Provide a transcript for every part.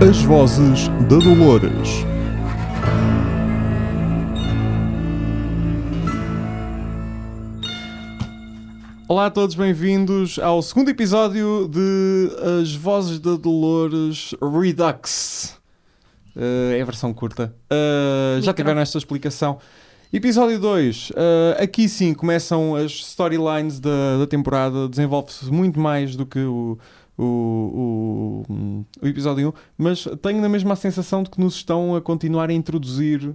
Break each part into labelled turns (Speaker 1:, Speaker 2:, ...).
Speaker 1: As vozes da Dolores. Olá a todos, bem-vindos ao segundo episódio de As Vozes da Dolores Redux. Eh, é a versão curta. Eh, já
Speaker 2: Micro.
Speaker 1: tiveram esta explicação. Episódio 2. aqui sim começam as storylines da, da temporada. Desenvolve-se muito mais do que o, o, o, o episódio 1. Mas tenho na mesma a sensação de que nos estão a continuar a introduzir.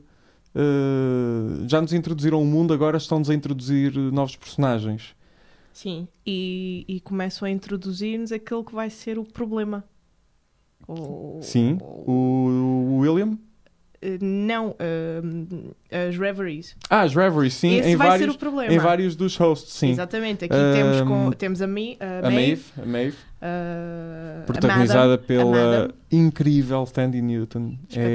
Speaker 1: eh, já nos introduziram o mundo, agora estão-nos a introduzir eh, novos personagens.
Speaker 2: Sim, e, e começam a introduzir-nos aquele que vai ser o problema. O-
Speaker 1: Sim,
Speaker 2: o-
Speaker 1: o, o William.
Speaker 2: eh, Não, ehm, as Reveries.
Speaker 1: Ah, as Reveries, sim,
Speaker 2: Esse
Speaker 1: em
Speaker 2: vai
Speaker 1: vários,
Speaker 2: ser o problema.
Speaker 1: em vários dos hosts, sim.
Speaker 2: Exatamente, aqui
Speaker 1: Ehm,
Speaker 2: temos, com, temos a, Mi, a,
Speaker 1: A
Speaker 2: Maeve,
Speaker 1: Maeve, a Maeve,
Speaker 2: eh, a Madame.
Speaker 1: protagonizada pela
Speaker 2: Madame.
Speaker 1: incrível Tandy Newton. É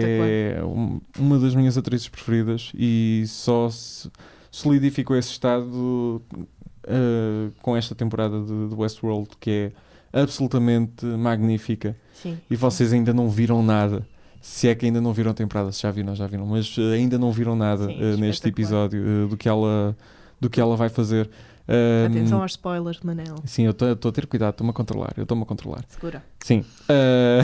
Speaker 2: Espetacular.
Speaker 1: um- uma das minhas atrizes preferidas e só se solidificou esse estado eh, com esta temporada de, de Westworld, que é absolutamente magnífica.
Speaker 2: Sim.
Speaker 1: E vocês ainda não viram nada. Se é que ainda não viram a temporada, se já viram, já viram, mas eh, ainda não viram nada
Speaker 2: Sim,
Speaker 1: eh, neste
Speaker 2: espetacular.
Speaker 1: episódio eh, do, que ela, do que ela vai fazer. Ahm,
Speaker 2: Atenção aos spoilers, Manel.
Speaker 1: Sim, eu estou a ter cuidado, estou-me a controlar, eu estou-me a controlar.
Speaker 2: Segura.
Speaker 1: Sim. Ah,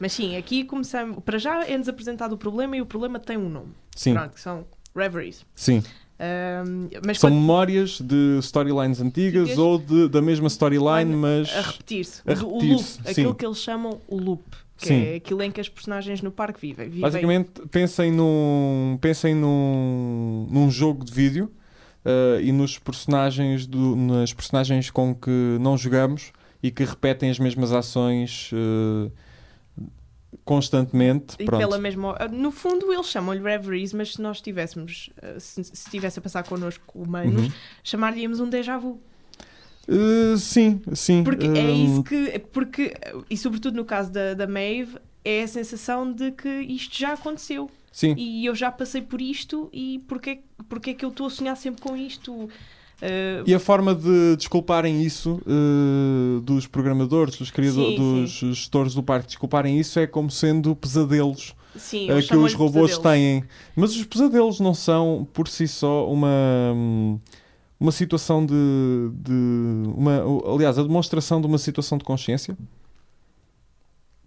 Speaker 2: Mas sim, aqui começamos. Para já é-nos apresentado o problema e o problema tem um nome.
Speaker 1: sim,
Speaker 2: Pronto, que são Reveries.
Speaker 1: sim.
Speaker 2: Ehm, mas
Speaker 1: São memórias de storylines antigas
Speaker 2: Antigas.
Speaker 1: ou de- da mesma storyline,
Speaker 2: Line
Speaker 1: mas.
Speaker 2: a repetir-se.
Speaker 1: A
Speaker 2: o loop,
Speaker 1: repetir-se, sim.
Speaker 2: aquilo que eles chamam o loop, que
Speaker 1: Sim.
Speaker 2: é aquilo em que as personagens no parque vivem. vivem.
Speaker 1: Basicamente, pensem num, pensem num, num jogo de vídeo ah, e nos personagens do, nas personagens com que não jogamos e que repetem as mesmas ações ah, constantemente.
Speaker 2: E
Speaker 1: Pronto.
Speaker 2: pela mesma. No fundo, eles chamam-lhe reveries, mas se nós tivéssemos. eh, Se se estivesse a passar connosco humanos,
Speaker 1: Uhum.
Speaker 2: chamar-lhe-íamos um déjà vu.
Speaker 1: Ah, sim, sim. eh,
Speaker 2: Porque é
Speaker 1: Ahm,
Speaker 2: isso que. Porque, e sobretudo no caso da, da Maeve, é a sensação de que isto já aconteceu.
Speaker 1: Sim,
Speaker 2: E eu já passei por isto, e porque, porque é que eu estou a sonhar sempre com isto? Eh,
Speaker 1: E a forma de desculparem isso eh, dos programadores, dos, criadores,
Speaker 2: Sim, sim.
Speaker 1: dos gestores do parque, desculparem isso é como sendo pesadelos
Speaker 2: sim,
Speaker 1: eh,
Speaker 2: eles
Speaker 1: que os
Speaker 2: chamam-lhe
Speaker 1: robôs
Speaker 2: pesadelos.
Speaker 1: têm. Mas os pesadelos não são por si só uma, hum, uma situação de. de uma, o- aliás, a demonstração de uma situação de consciência.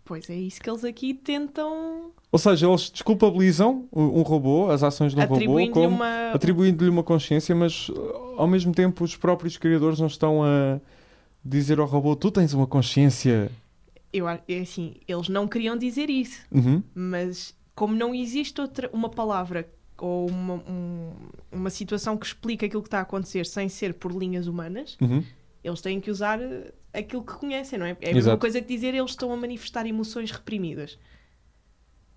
Speaker 2: Pois é, isso que eles aqui tentam
Speaker 1: Ou seja, eles desculpabilizam o- um robô, as ações de um robô,
Speaker 2: atribuindo-lhe
Speaker 1: como
Speaker 2: uma.
Speaker 1: atribuindo-lhe uma consciência, mas uh, ao mesmo tempo os próprios criadores não estão a dizer ao robô: Tu tens uma consciência.
Speaker 2: Eu, a- é assim, eles não queriam dizer isso,
Speaker 1: Uhum.
Speaker 2: mas como não existe outra, uma palavra ou uma, um- uma situação que explica aquilo que está a acontecer sem ser por linhas humanas,
Speaker 1: Uhum.
Speaker 2: eles têm que usar eh, aquilo que conhecem, não é? É a mesma
Speaker 1: Exato.
Speaker 2: coisa que dizer eles estão a manifestar emoções reprimidas.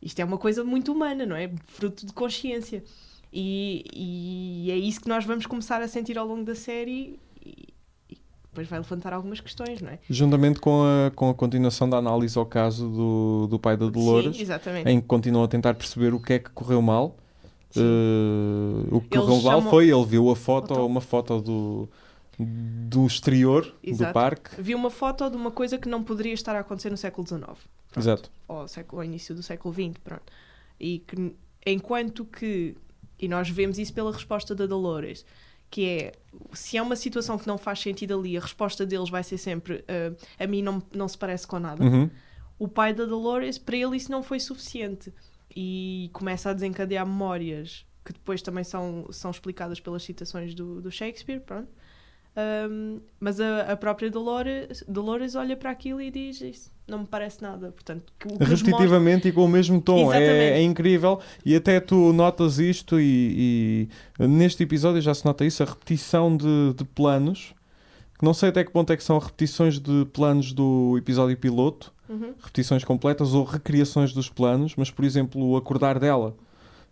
Speaker 2: Isto é uma coisa muito humana, não é? Fruto de consciência. E, e é isso que nós vamos começar a sentir ao longo da série e, e depois vai levantar algumas questões, não é?
Speaker 1: Juntamente com a, com a continuação da análise ao caso do, do pai da Dolores,
Speaker 2: Sim, exatamente.
Speaker 1: em que continuam a tentar perceber o que é que correu mal.
Speaker 2: Sim.
Speaker 1: Uh, o que
Speaker 2: Eles
Speaker 1: correu mal
Speaker 2: chamam-
Speaker 1: foi: ele viu a foto,
Speaker 2: Foto.
Speaker 1: uma foto do, do exterior do
Speaker 2: Exato.
Speaker 1: parque.
Speaker 2: Vi uma foto de uma coisa que não poderia estar a acontecer no século XIX. Pronto.
Speaker 1: Exato.
Speaker 2: Ou século, ao início do século XX, pronto. E que, enquanto que, e nós vemos isso pela resposta da Dolores, que é, se é uma situação que não faz sentido ali, a resposta deles vai ser sempre, "Ah, a mim não, não se parece com nada.
Speaker 1: Uhum.
Speaker 2: O pai da Dolores, para ele isso não foi suficiente. E começa a desencadear memórias que depois também são, são explicadas pelas citações do, do Shakespeare, pronto. Ahm, mas a, a própria Dolores, Dolores olha para aquilo e diz isso. Não me parece nada. Portanto, que, o que nos mostra-
Speaker 1: repetitivamente e com o mesmo tom. É,
Speaker 2: Exatamente.
Speaker 1: é incrível. E até tu notas isto, e, e neste episódio já se nota isso: a repetição de, de planos. Que Não sei até que ponto é que são repetições de planos do episódio piloto,
Speaker 2: Uhum.
Speaker 1: repetições completas ou recriações dos planos, mas por exemplo, o acordar dela,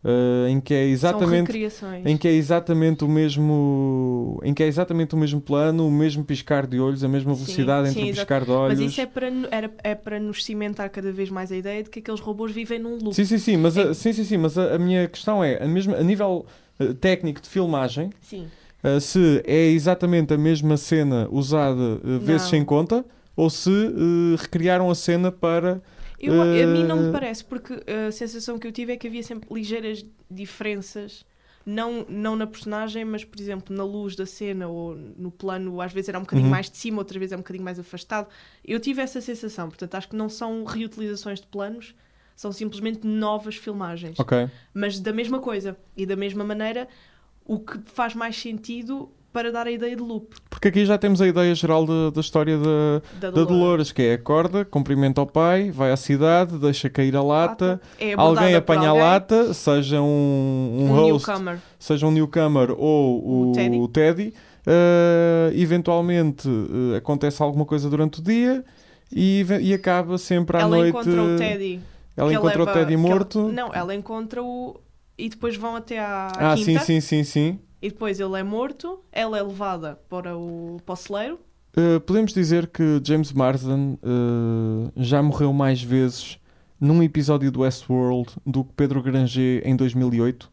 Speaker 1: eh, em que é
Speaker 2: São
Speaker 1: exatamente
Speaker 2: recriações.
Speaker 1: em que é exatamente o mesmo em que é exatamente o mesmo plano, o mesmo piscar de olhos, a mesma
Speaker 2: Sim,
Speaker 1: velocidade
Speaker 2: sim,
Speaker 1: entre o
Speaker 2: exato.
Speaker 1: piscar de olhos.
Speaker 2: Mas isso é para, no- era, é para nos cimentar cada vez mais a ideia de que aqueles robôs vivem num loop.
Speaker 1: Sim, sim, sim, mas, a,
Speaker 2: Em-
Speaker 1: sim, sim, sim, mas a, a minha questão é, a, mesma, a nível eh, técnico de filmagem,
Speaker 2: Sim.
Speaker 1: eh, se é exatamente a mesma cena usada eh, vezes
Speaker 2: Não.
Speaker 1: sem conta, ou se eh, recriaram a cena para
Speaker 2: Eu, A mim não me
Speaker 1: Eh,
Speaker 2: parece, porque a sensação que eu tive é que havia sempre ligeiras diferenças, não, não na personagem, mas por exemplo na luz da cena ou no plano, às vezes era um bocadinho
Speaker 1: Uhum.
Speaker 2: mais de cima, outras vezes é um bocadinho mais afastado. Eu tive essa sensação, portanto acho que não são reutilizações de planos, são simplesmente novas filmagens
Speaker 1: Ok.
Speaker 2: mas da mesma coisa e da mesma maneira, o que faz mais sentido para dar a ideia de loop
Speaker 1: Porque aqui já temos a ideia geral da- da história da, da
Speaker 2: da Dolores.
Speaker 1: Dolores, que é acorda, cumprimenta o pai, vai à cidade, deixa cair a lata,
Speaker 2: É abordada
Speaker 1: alguém
Speaker 2: por
Speaker 1: apanha
Speaker 2: alguém,
Speaker 1: a lata, seja um, um
Speaker 2: um
Speaker 1: host,
Speaker 2: newcomer.
Speaker 1: seja um newcomer ou o,
Speaker 2: O Teddy.
Speaker 1: o Teddy, eh, eventualmente eh, acontece alguma coisa durante o dia e, ve- e acaba sempre à
Speaker 2: Ela
Speaker 1: noite.
Speaker 2: encontra o Teddy.
Speaker 1: Ela
Speaker 2: que
Speaker 1: encontra
Speaker 2: leva-
Speaker 1: o Teddy
Speaker 2: que ela-
Speaker 1: morto.
Speaker 2: não, ela encontra-o e depois vão até à
Speaker 1: ah, sim,
Speaker 2: quinta.
Speaker 1: sim, sim, sim.
Speaker 2: E depois ele é morto, ela é levada para o, para o celeiro.
Speaker 1: Eh, podemos dizer que James Marsden eh, já morreu mais vezes num episódio do Westworld do que Pedro Granger em 2008.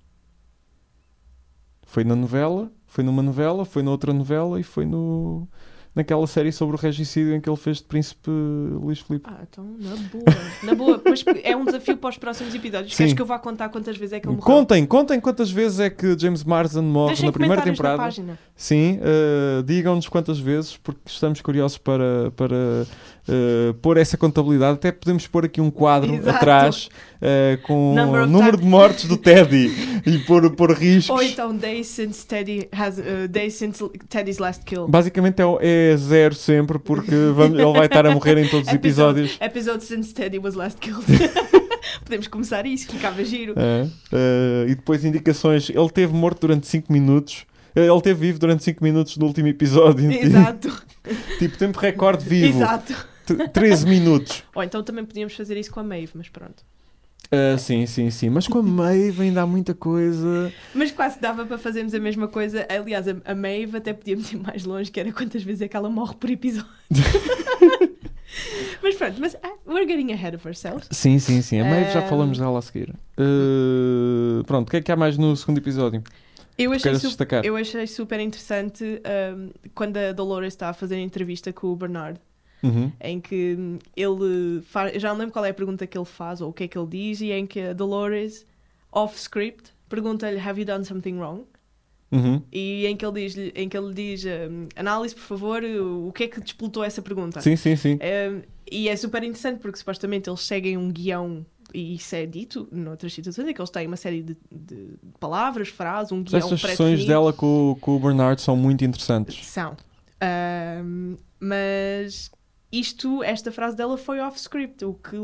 Speaker 1: Foi na novela, foi numa novela, foi noutra novela e foi no naquela série sobre o regicídio em que ele fez de príncipe eh, Luís Filipe.
Speaker 2: Ah, então, na boa. na boa, pois é um desafio para os próximos episódios.
Speaker 1: Sim.
Speaker 2: Queres que eu vá contar quantas vezes é que ele morreu?
Speaker 1: Contem, contem quantas vezes é que James Marsden morre
Speaker 2: Deixem
Speaker 1: na primeira
Speaker 2: comentários na
Speaker 1: temporada.
Speaker 2: página.
Speaker 1: Sim, eh, digam-nos quantas vezes, porque estamos curiosos para, para eh, pôr essa contabilidade. Até podemos pôr aqui um quadro
Speaker 2: Exato.
Speaker 1: atrás eh, com o
Speaker 2: Number
Speaker 1: número
Speaker 2: of times.
Speaker 1: de mortes do Teddy e pôr, pôr riscos.
Speaker 2: Ou então Days since Teddy has uh, Days since Teddy's last kill.
Speaker 1: Basicamente é, o- é zero sempre, porque vamos- ele vai estar a morrer em
Speaker 2: É
Speaker 1: todos os episódios.
Speaker 2: Episode since Teddy was last killed. Podemos começar isso, ficava giro.
Speaker 1: É, eh, e depois indicações. Ele teve morto durante 5 minutos. Eh, Ele teve vivo durante 5 minutos no último episódio.
Speaker 2: Exato,
Speaker 1: tipo, tempo recorde vivo.
Speaker 2: exato.
Speaker 1: T- 13 minutos.
Speaker 2: Ou então também podíamos fazer isso com a Maeve, mas pronto.
Speaker 1: Ah, sim, sim, sim. Mas com a Maeve ainda há muita coisa.
Speaker 2: Mas quase dava para fazermos a mesma coisa. Aliás, a, a Maeve até podíamos ir mais longe, que era quantas vezes é que ela morre por episódio. mas pronto, mas ah, we're getting ahead of ourselves.
Speaker 1: Sim, sim, sim. A Maeve já
Speaker 2: Ah.
Speaker 1: falamos dela a seguir. Ah, pronto, o que é que há mais no segundo episódio?
Speaker 2: Eu achei
Speaker 1: Queres
Speaker 2: super
Speaker 1: destacar?
Speaker 2: Eu achei super interessante hum, quando a Dolores está a fazer a entrevista com o Bernard,
Speaker 1: Uhum.
Speaker 2: em que hum, ele faz, eu já não lembro qual é a pergunta que ele faz ou o que é que ele diz, e em que a Dolores, off script, pergunta-lhe Have you done something wrong?
Speaker 1: Uhum.
Speaker 2: E em que ele diz, em que ele diz hum, Análise, por favor, o que é que disputou essa pergunta?
Speaker 1: Sim, sim, sim.
Speaker 2: Hum, e é super interessante porque supostamente eles seguem um guião. E isso é dito noutras situações, é que eles têm uma série de, de palavras, frases, um guião
Speaker 1: Estas sessões
Speaker 2: pré-definido.
Speaker 1: dela com, o- com o Bernard são muito interessantes.
Speaker 2: São. Ahm, mas isto, esta frase dela foi off-script, o que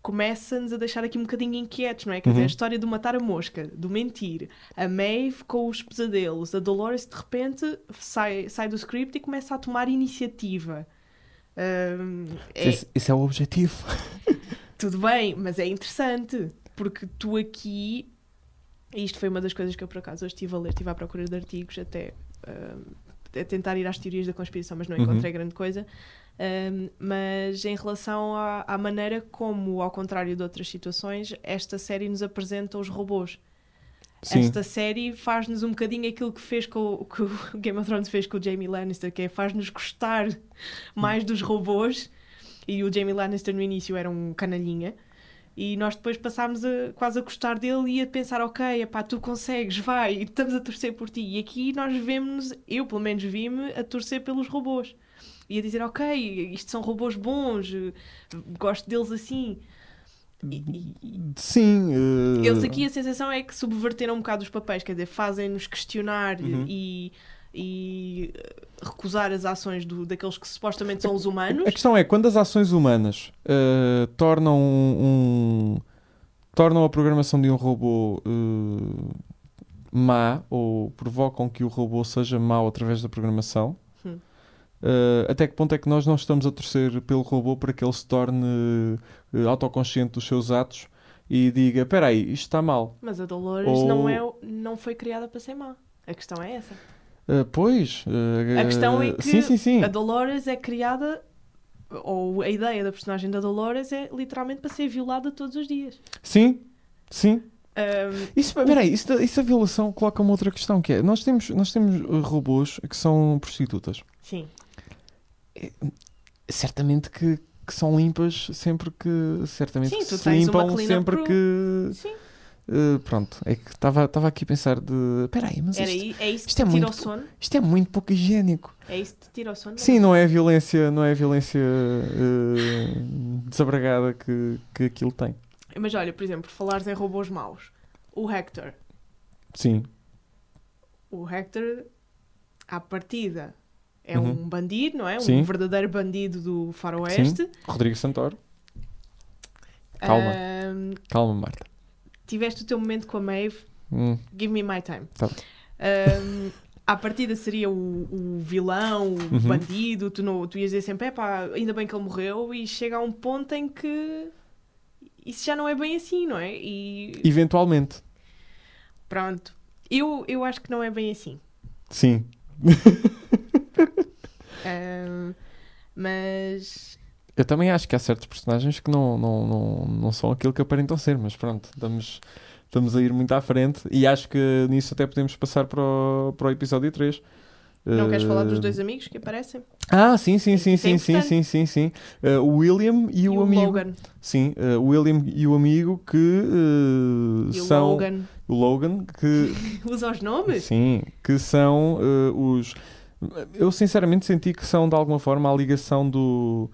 Speaker 2: começa-nos a deixar aqui um bocadinho inquietos, não é? Quer dizer,
Speaker 1: Uhum.
Speaker 2: a história do matar a mosca, do mentir, a Maeve com os pesadelos, a Dolores de repente sai, sai do script e começa a tomar iniciativa. Ahm, é,
Speaker 1: Esse, esse é o objetivo.
Speaker 2: tudo bem, mas é interessante, porque tu aqui. e Isto foi uma das coisas que eu, por acaso, hoje estive a ler, estive à procura de artigos, até hum, a tentar ir às teorias da conspiração, mas não
Speaker 1: Uhum.
Speaker 2: encontrei grande coisa. Hum, mas em relação à, à maneira como, ao contrário de outras situações, esta série nos apresenta os robôs.
Speaker 1: Sim.
Speaker 2: Esta série faz-nos um bocadinho aquilo que fez com o que o Game of Thrones fez com o Jamie Lannister, que é faz-nos gostar mais dos robôs. E o Jamie Lannister no início era um canalhinha. E nós depois passámos a, quase a gostar dele e a pensar, ok, epá, tu consegues, vai, e estamos a torcer por ti. E aqui nós vemos, eu pelo menos vi-me, a torcer pelos robôs. E a dizer, ok, isto são robôs bons, eh, gosto deles assim. E- e-
Speaker 1: Sim. ah,
Speaker 2: eles aqui a sensação é que subverteram um bocado os papéis, quer dizer, fazem-nos questionar
Speaker 1: Uhum.
Speaker 2: e, e, eh, recusar as ações do, daqueles que supostamente são os humanos.
Speaker 1: A questão é, quando as ações humanas eh, tornam um, um- tornam a programação de um robô eh, má ou provocam que o robô seja mau através da programação,
Speaker 2: Hum.
Speaker 1: eh, até que ponto é que nós não estamos a torcer pelo robô para que ele se torne eh, autoconsciente dos seus atos e diga, espera aí, isto está mal.
Speaker 2: Mas a Dolores
Speaker 1: Ou-
Speaker 2: não, é, não foi criada para ser má. A questão é essa.
Speaker 1: Eh, pois... eh,
Speaker 2: A questão é que
Speaker 1: Sim, sim, sim.
Speaker 2: A Dolores é criada, ou a ideia da personagem da Dolores é literalmente para ser violada todos os dias.
Speaker 1: Sim, sim.
Speaker 2: Ahm,
Speaker 1: Isso, peraí, isso, da- isso da violação coloca-me outra questão, que é, nós temos, nós temos uh, robôs que são prostitutas.
Speaker 2: sim.
Speaker 1: Certamente que, que são limpas sempre que. Certamente
Speaker 2: Sim,
Speaker 1: que
Speaker 2: tu
Speaker 1: se
Speaker 2: tens uma
Speaker 1: limpam
Speaker 2: cleanup
Speaker 1: sempre
Speaker 2: crew.
Speaker 1: que.
Speaker 2: Sim,
Speaker 1: eh, pronto, é que estava aqui a pensar de. Espera aí, mas
Speaker 2: era,
Speaker 1: isto,
Speaker 2: i- é isso que
Speaker 1: isto é
Speaker 2: te tira
Speaker 1: muito-
Speaker 2: o sono.
Speaker 1: isto é muito pouco higiênico.
Speaker 2: É isso que te tira o sono.
Speaker 1: Sim, não é a violência, não é a violência eh, desabragada que, que aquilo tem.
Speaker 2: Mas olha, por exemplo, falares em robôs maus. O Hector.
Speaker 1: Sim,
Speaker 2: O Hector, à partida, é
Speaker 1: Uhum.
Speaker 2: um bandido, não é?
Speaker 1: Sim.
Speaker 2: Um verdadeiro bandido do faroeste.
Speaker 1: Rodrigo Santoro, Calma.
Speaker 2: Ahm,
Speaker 1: calma, Marta.
Speaker 2: tiveste o teu momento com a Maeve.
Speaker 1: Hum,
Speaker 2: Give me my time.
Speaker 1: Tá.
Speaker 2: Ahm, à partida seria o, o vilão, o
Speaker 1: Uhum.
Speaker 2: bandido, tu, não, tu ias dizer sempre, "Epá, ainda bem que ele morreu, e chega a um ponto em que isso já não é bem assim, não é? E
Speaker 1: eventualmente,
Speaker 2: pronto. Eu, eu acho que não é bem assim.
Speaker 1: sim.
Speaker 2: Ahm, mas
Speaker 1: Eu também acho que há certos personagens que não, não, não, não são aquilo que aparentam ser, mas pronto, estamos, estamos a ir muito à frente e acho que nisso até podemos passar para o, para o episódio 3.
Speaker 2: não queres falar dos dois amigos que aparecem?
Speaker 1: Ah, sim, sim, sim,
Speaker 2: Isso
Speaker 1: sim,
Speaker 2: é
Speaker 1: sim, sim, sim, sim. Uh, o William e, o amigo.
Speaker 2: Logan.
Speaker 1: Sim, uh, o William e o amigo que uh,
Speaker 2: E o
Speaker 1: são
Speaker 2: Logan.
Speaker 1: o Logan que
Speaker 2: Usa os nomes?
Speaker 1: Sim, que são eh, os. Eu sinceramente senti que são de alguma forma a ligação do,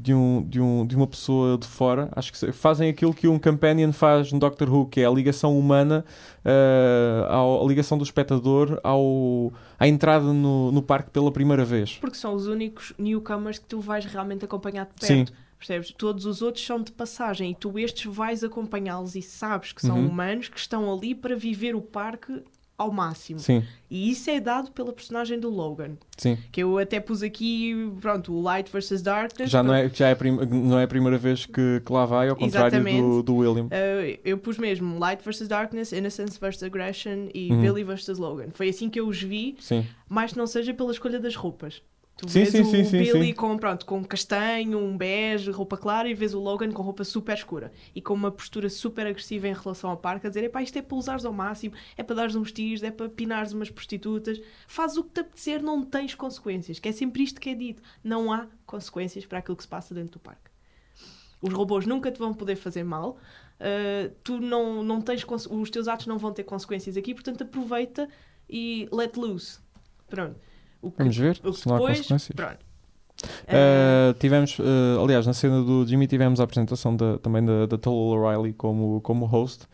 Speaker 1: de, um, de, um, de uma pessoa de fora. Acho que se- fazem aquilo que um companion faz no Doctor Who, que é a ligação humana, eh, ao- a ligação do espectador ao, à entrada no, no parque pela primeira vez.
Speaker 2: Porque são os únicos newcomers que tu vais realmente acompanhar de perto.
Speaker 1: Sim.
Speaker 2: Percebes? Todos os outros são de passagem e tu estes vais acompanhá-los e sabes que são
Speaker 1: Uhum.
Speaker 2: humanos que estão ali para viver o parque ao máximo.
Speaker 1: Sim,
Speaker 2: E isso é dado pela personagem do Logan.
Speaker 1: sim.
Speaker 2: Que eu até pus aqui, pronto, o Light versus Darkness.
Speaker 1: Já não é,
Speaker 2: pronto.
Speaker 1: já é, a prim- não é a primeira vez que, que lá vai, ao contrário do,
Speaker 2: Exatamente.
Speaker 1: do William.
Speaker 2: Ah, eu pus mesmo Light versus Darkness, Innocence versus Aggression e
Speaker 1: Uhum.
Speaker 2: Billy versus Logan. Foi assim que eu os vi
Speaker 1: Sim,
Speaker 2: mais que não seja pela escolha das roupas. Tu
Speaker 1: Sim,
Speaker 2: vês
Speaker 1: sim,
Speaker 2: o,
Speaker 1: sim,
Speaker 2: o
Speaker 1: sim,
Speaker 2: Billy
Speaker 1: sim.
Speaker 2: Com, pronto, com castanho, um bege, roupa clara, e vês o Logan com roupa super escura e com uma postura super agressiva em relação ao parque, a dizer: epá, isto é para usares ao máximo, é para dares uns tiros, é para pinares umas prostitutas, faz o que te apetecer, não tens consequências, que é sempre isto que é dito: não há consequências para aquilo que se passa dentro do parque. Os robôs nunca te vão poder fazer mal. ah, tu não, não tens conse- os teus atos não vão ter consequências aqui, portanto aproveita e let loose. Pronto. O que-
Speaker 1: vamos ver
Speaker 2: o que
Speaker 1: se não há
Speaker 2: depois,
Speaker 1: consequências.
Speaker 2: Pronto. Ah,
Speaker 1: Uh, tivemos, uh, aliás, na cena do Jimmy tivemos a apresentação da- também da, da Tallulah O'Reilly como, como host,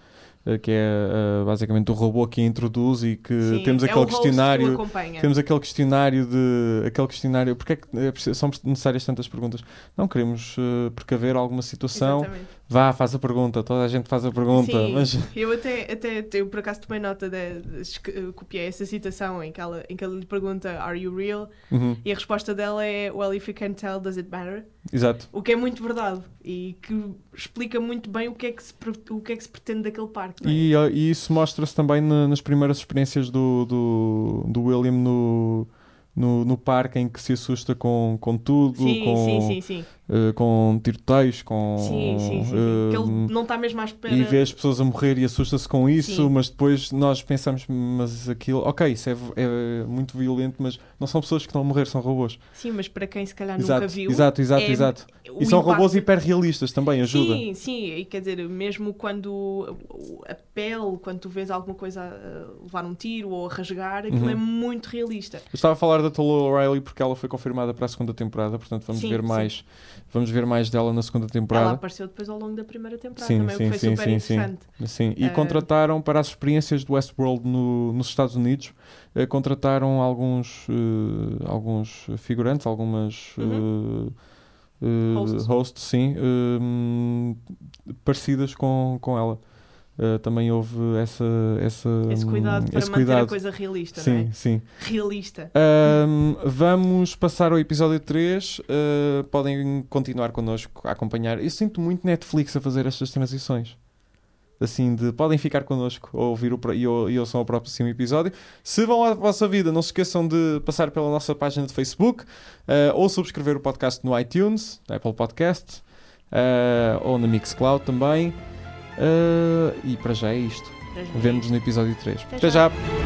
Speaker 1: uh, que é uh, basicamente o robô que a introduz e que
Speaker 2: sim,
Speaker 1: eh, temos
Speaker 2: é o
Speaker 1: aquele
Speaker 2: host que o
Speaker 1: questionário.
Speaker 2: acompanha.
Speaker 1: Temos aquele questionário de. aquele questionário. Porque é que é preciso- são necessárias tantas perguntas? Não queremos uh, precaver alguma situação.
Speaker 2: Exatamente.
Speaker 1: Vá, faz a pergunta, toda a gente faz a pergunta.
Speaker 2: Sim.
Speaker 1: Mas
Speaker 2: Eu até, até eu por acaso tomei nota, de, de- esque- copiei essa citação em que, ela, em que ele lhe pergunta Are you real?
Speaker 1: Uhum,
Speaker 2: E a resposta dela é Well, if you can tell, does it matter?
Speaker 1: exato.
Speaker 2: O que é muito verdade e que explica muito bem o que é que se, pre- o que é que se pretende daquele parque. não é?
Speaker 1: E, uh, e isso mostra-se também na- nas primeiras experiências do, do, do William no, no, no parque, em que se assusta com, com tudo,
Speaker 2: sim,
Speaker 1: com,
Speaker 2: sim, sim, sim.
Speaker 1: eh, com tiroteios, com.
Speaker 2: Sim, sim, sim, sim. que ele não está mesmo à
Speaker 1: eh,
Speaker 2: espera.
Speaker 1: e vê as pessoas a morrer e assusta-se com isso,
Speaker 2: Sim.
Speaker 1: mas depois nós pensamos, mas aquilo, ok, isso é, é muito violento, mas não são pessoas que estão a morrer, são robôs.
Speaker 2: Sim, mas para quem se calhar
Speaker 1: exato,
Speaker 2: nunca viu.
Speaker 1: exato, exato,
Speaker 2: é-
Speaker 1: exato.
Speaker 2: o
Speaker 1: E são robôs
Speaker 2: impacto-
Speaker 1: hiperrealistas também, ajuda.
Speaker 2: Sim, sim, e quer dizer, mesmo quando a a pele, quando tu vês alguma coisa a levar um tiro ou a rasgar, aquilo
Speaker 1: Uhum.
Speaker 2: é muito realista.
Speaker 1: Eu estava a falar da Tallulah O'Reilly porque ela foi confirmada para a segunda temporada, portanto vamos
Speaker 2: Sim,
Speaker 1: ver
Speaker 2: sim.
Speaker 1: mais, vamos ver mais dela na segunda
Speaker 2: Ela
Speaker 1: temporada.
Speaker 2: apareceu depois ao longo da primeira temporada
Speaker 1: Sim,
Speaker 2: também, o
Speaker 1: sim,
Speaker 2: que foi
Speaker 1: sim,
Speaker 2: super
Speaker 1: sim, sim.
Speaker 2: interessante.
Speaker 1: Sim, e
Speaker 2: Ah.
Speaker 1: contrataram para as experiências do Westworld no- nos Estados Unidos, eh, contrataram alguns, eh, alguns figurantes, algumas eh, eh,
Speaker 2: Uhum. Hosts.
Speaker 1: hosts, sim, hum, parecidas com, com ela. Eh, também houve essa, essa,
Speaker 2: Esse
Speaker 1: hum,
Speaker 2: cuidado para
Speaker 1: esse
Speaker 2: manter
Speaker 1: cuidado.
Speaker 2: a coisa realista,
Speaker 1: sim,
Speaker 2: não é?
Speaker 1: sim.
Speaker 2: Realista.
Speaker 1: Ahm, vamos passar ao episódio 3. ah, podem continuar connosco a acompanhar. Eu sinto muito Netflix a fazer estas transições. Assim, de podem ficar connosco a ouvir o, pro- e, ou, e ouçam o próximo episódio. Se vão à vossa vida, não se esqueçam de passar pela nossa página de Facebook ah, ou subscrever o podcast no iTunes, na Apple Podcast ah, ou na Mixcloud também. Ah, e para já é isto.
Speaker 2: Para já.
Speaker 1: Vemos no episódio 3.
Speaker 2: Até
Speaker 1: Até
Speaker 2: já.
Speaker 1: já.